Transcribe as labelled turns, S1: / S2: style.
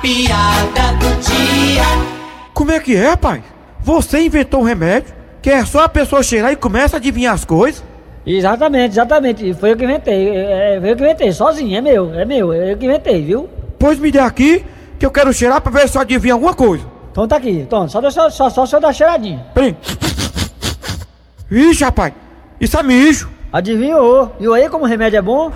S1: piada do dia.
S2: Como é que é, pai? Você inventou um remédio que é só a pessoa cheirar e começa a adivinhar as coisas?
S3: Exatamente, exatamente. Foi eu que inventei. É, é, foi eu que inventei, sozinho, é meu, é meu, é eu que inventei, viu?
S2: Pois me dê aqui que eu quero cheirar pra ver se eu adivinho alguma coisa.
S3: Então tá aqui, Tom, só, deixa- só, só, se eu dar cheiradinha.
S2: Peraí. Ixi, rapaz, isso é mijo.
S3: Adivinhou? Viu aí como o remédio é bom?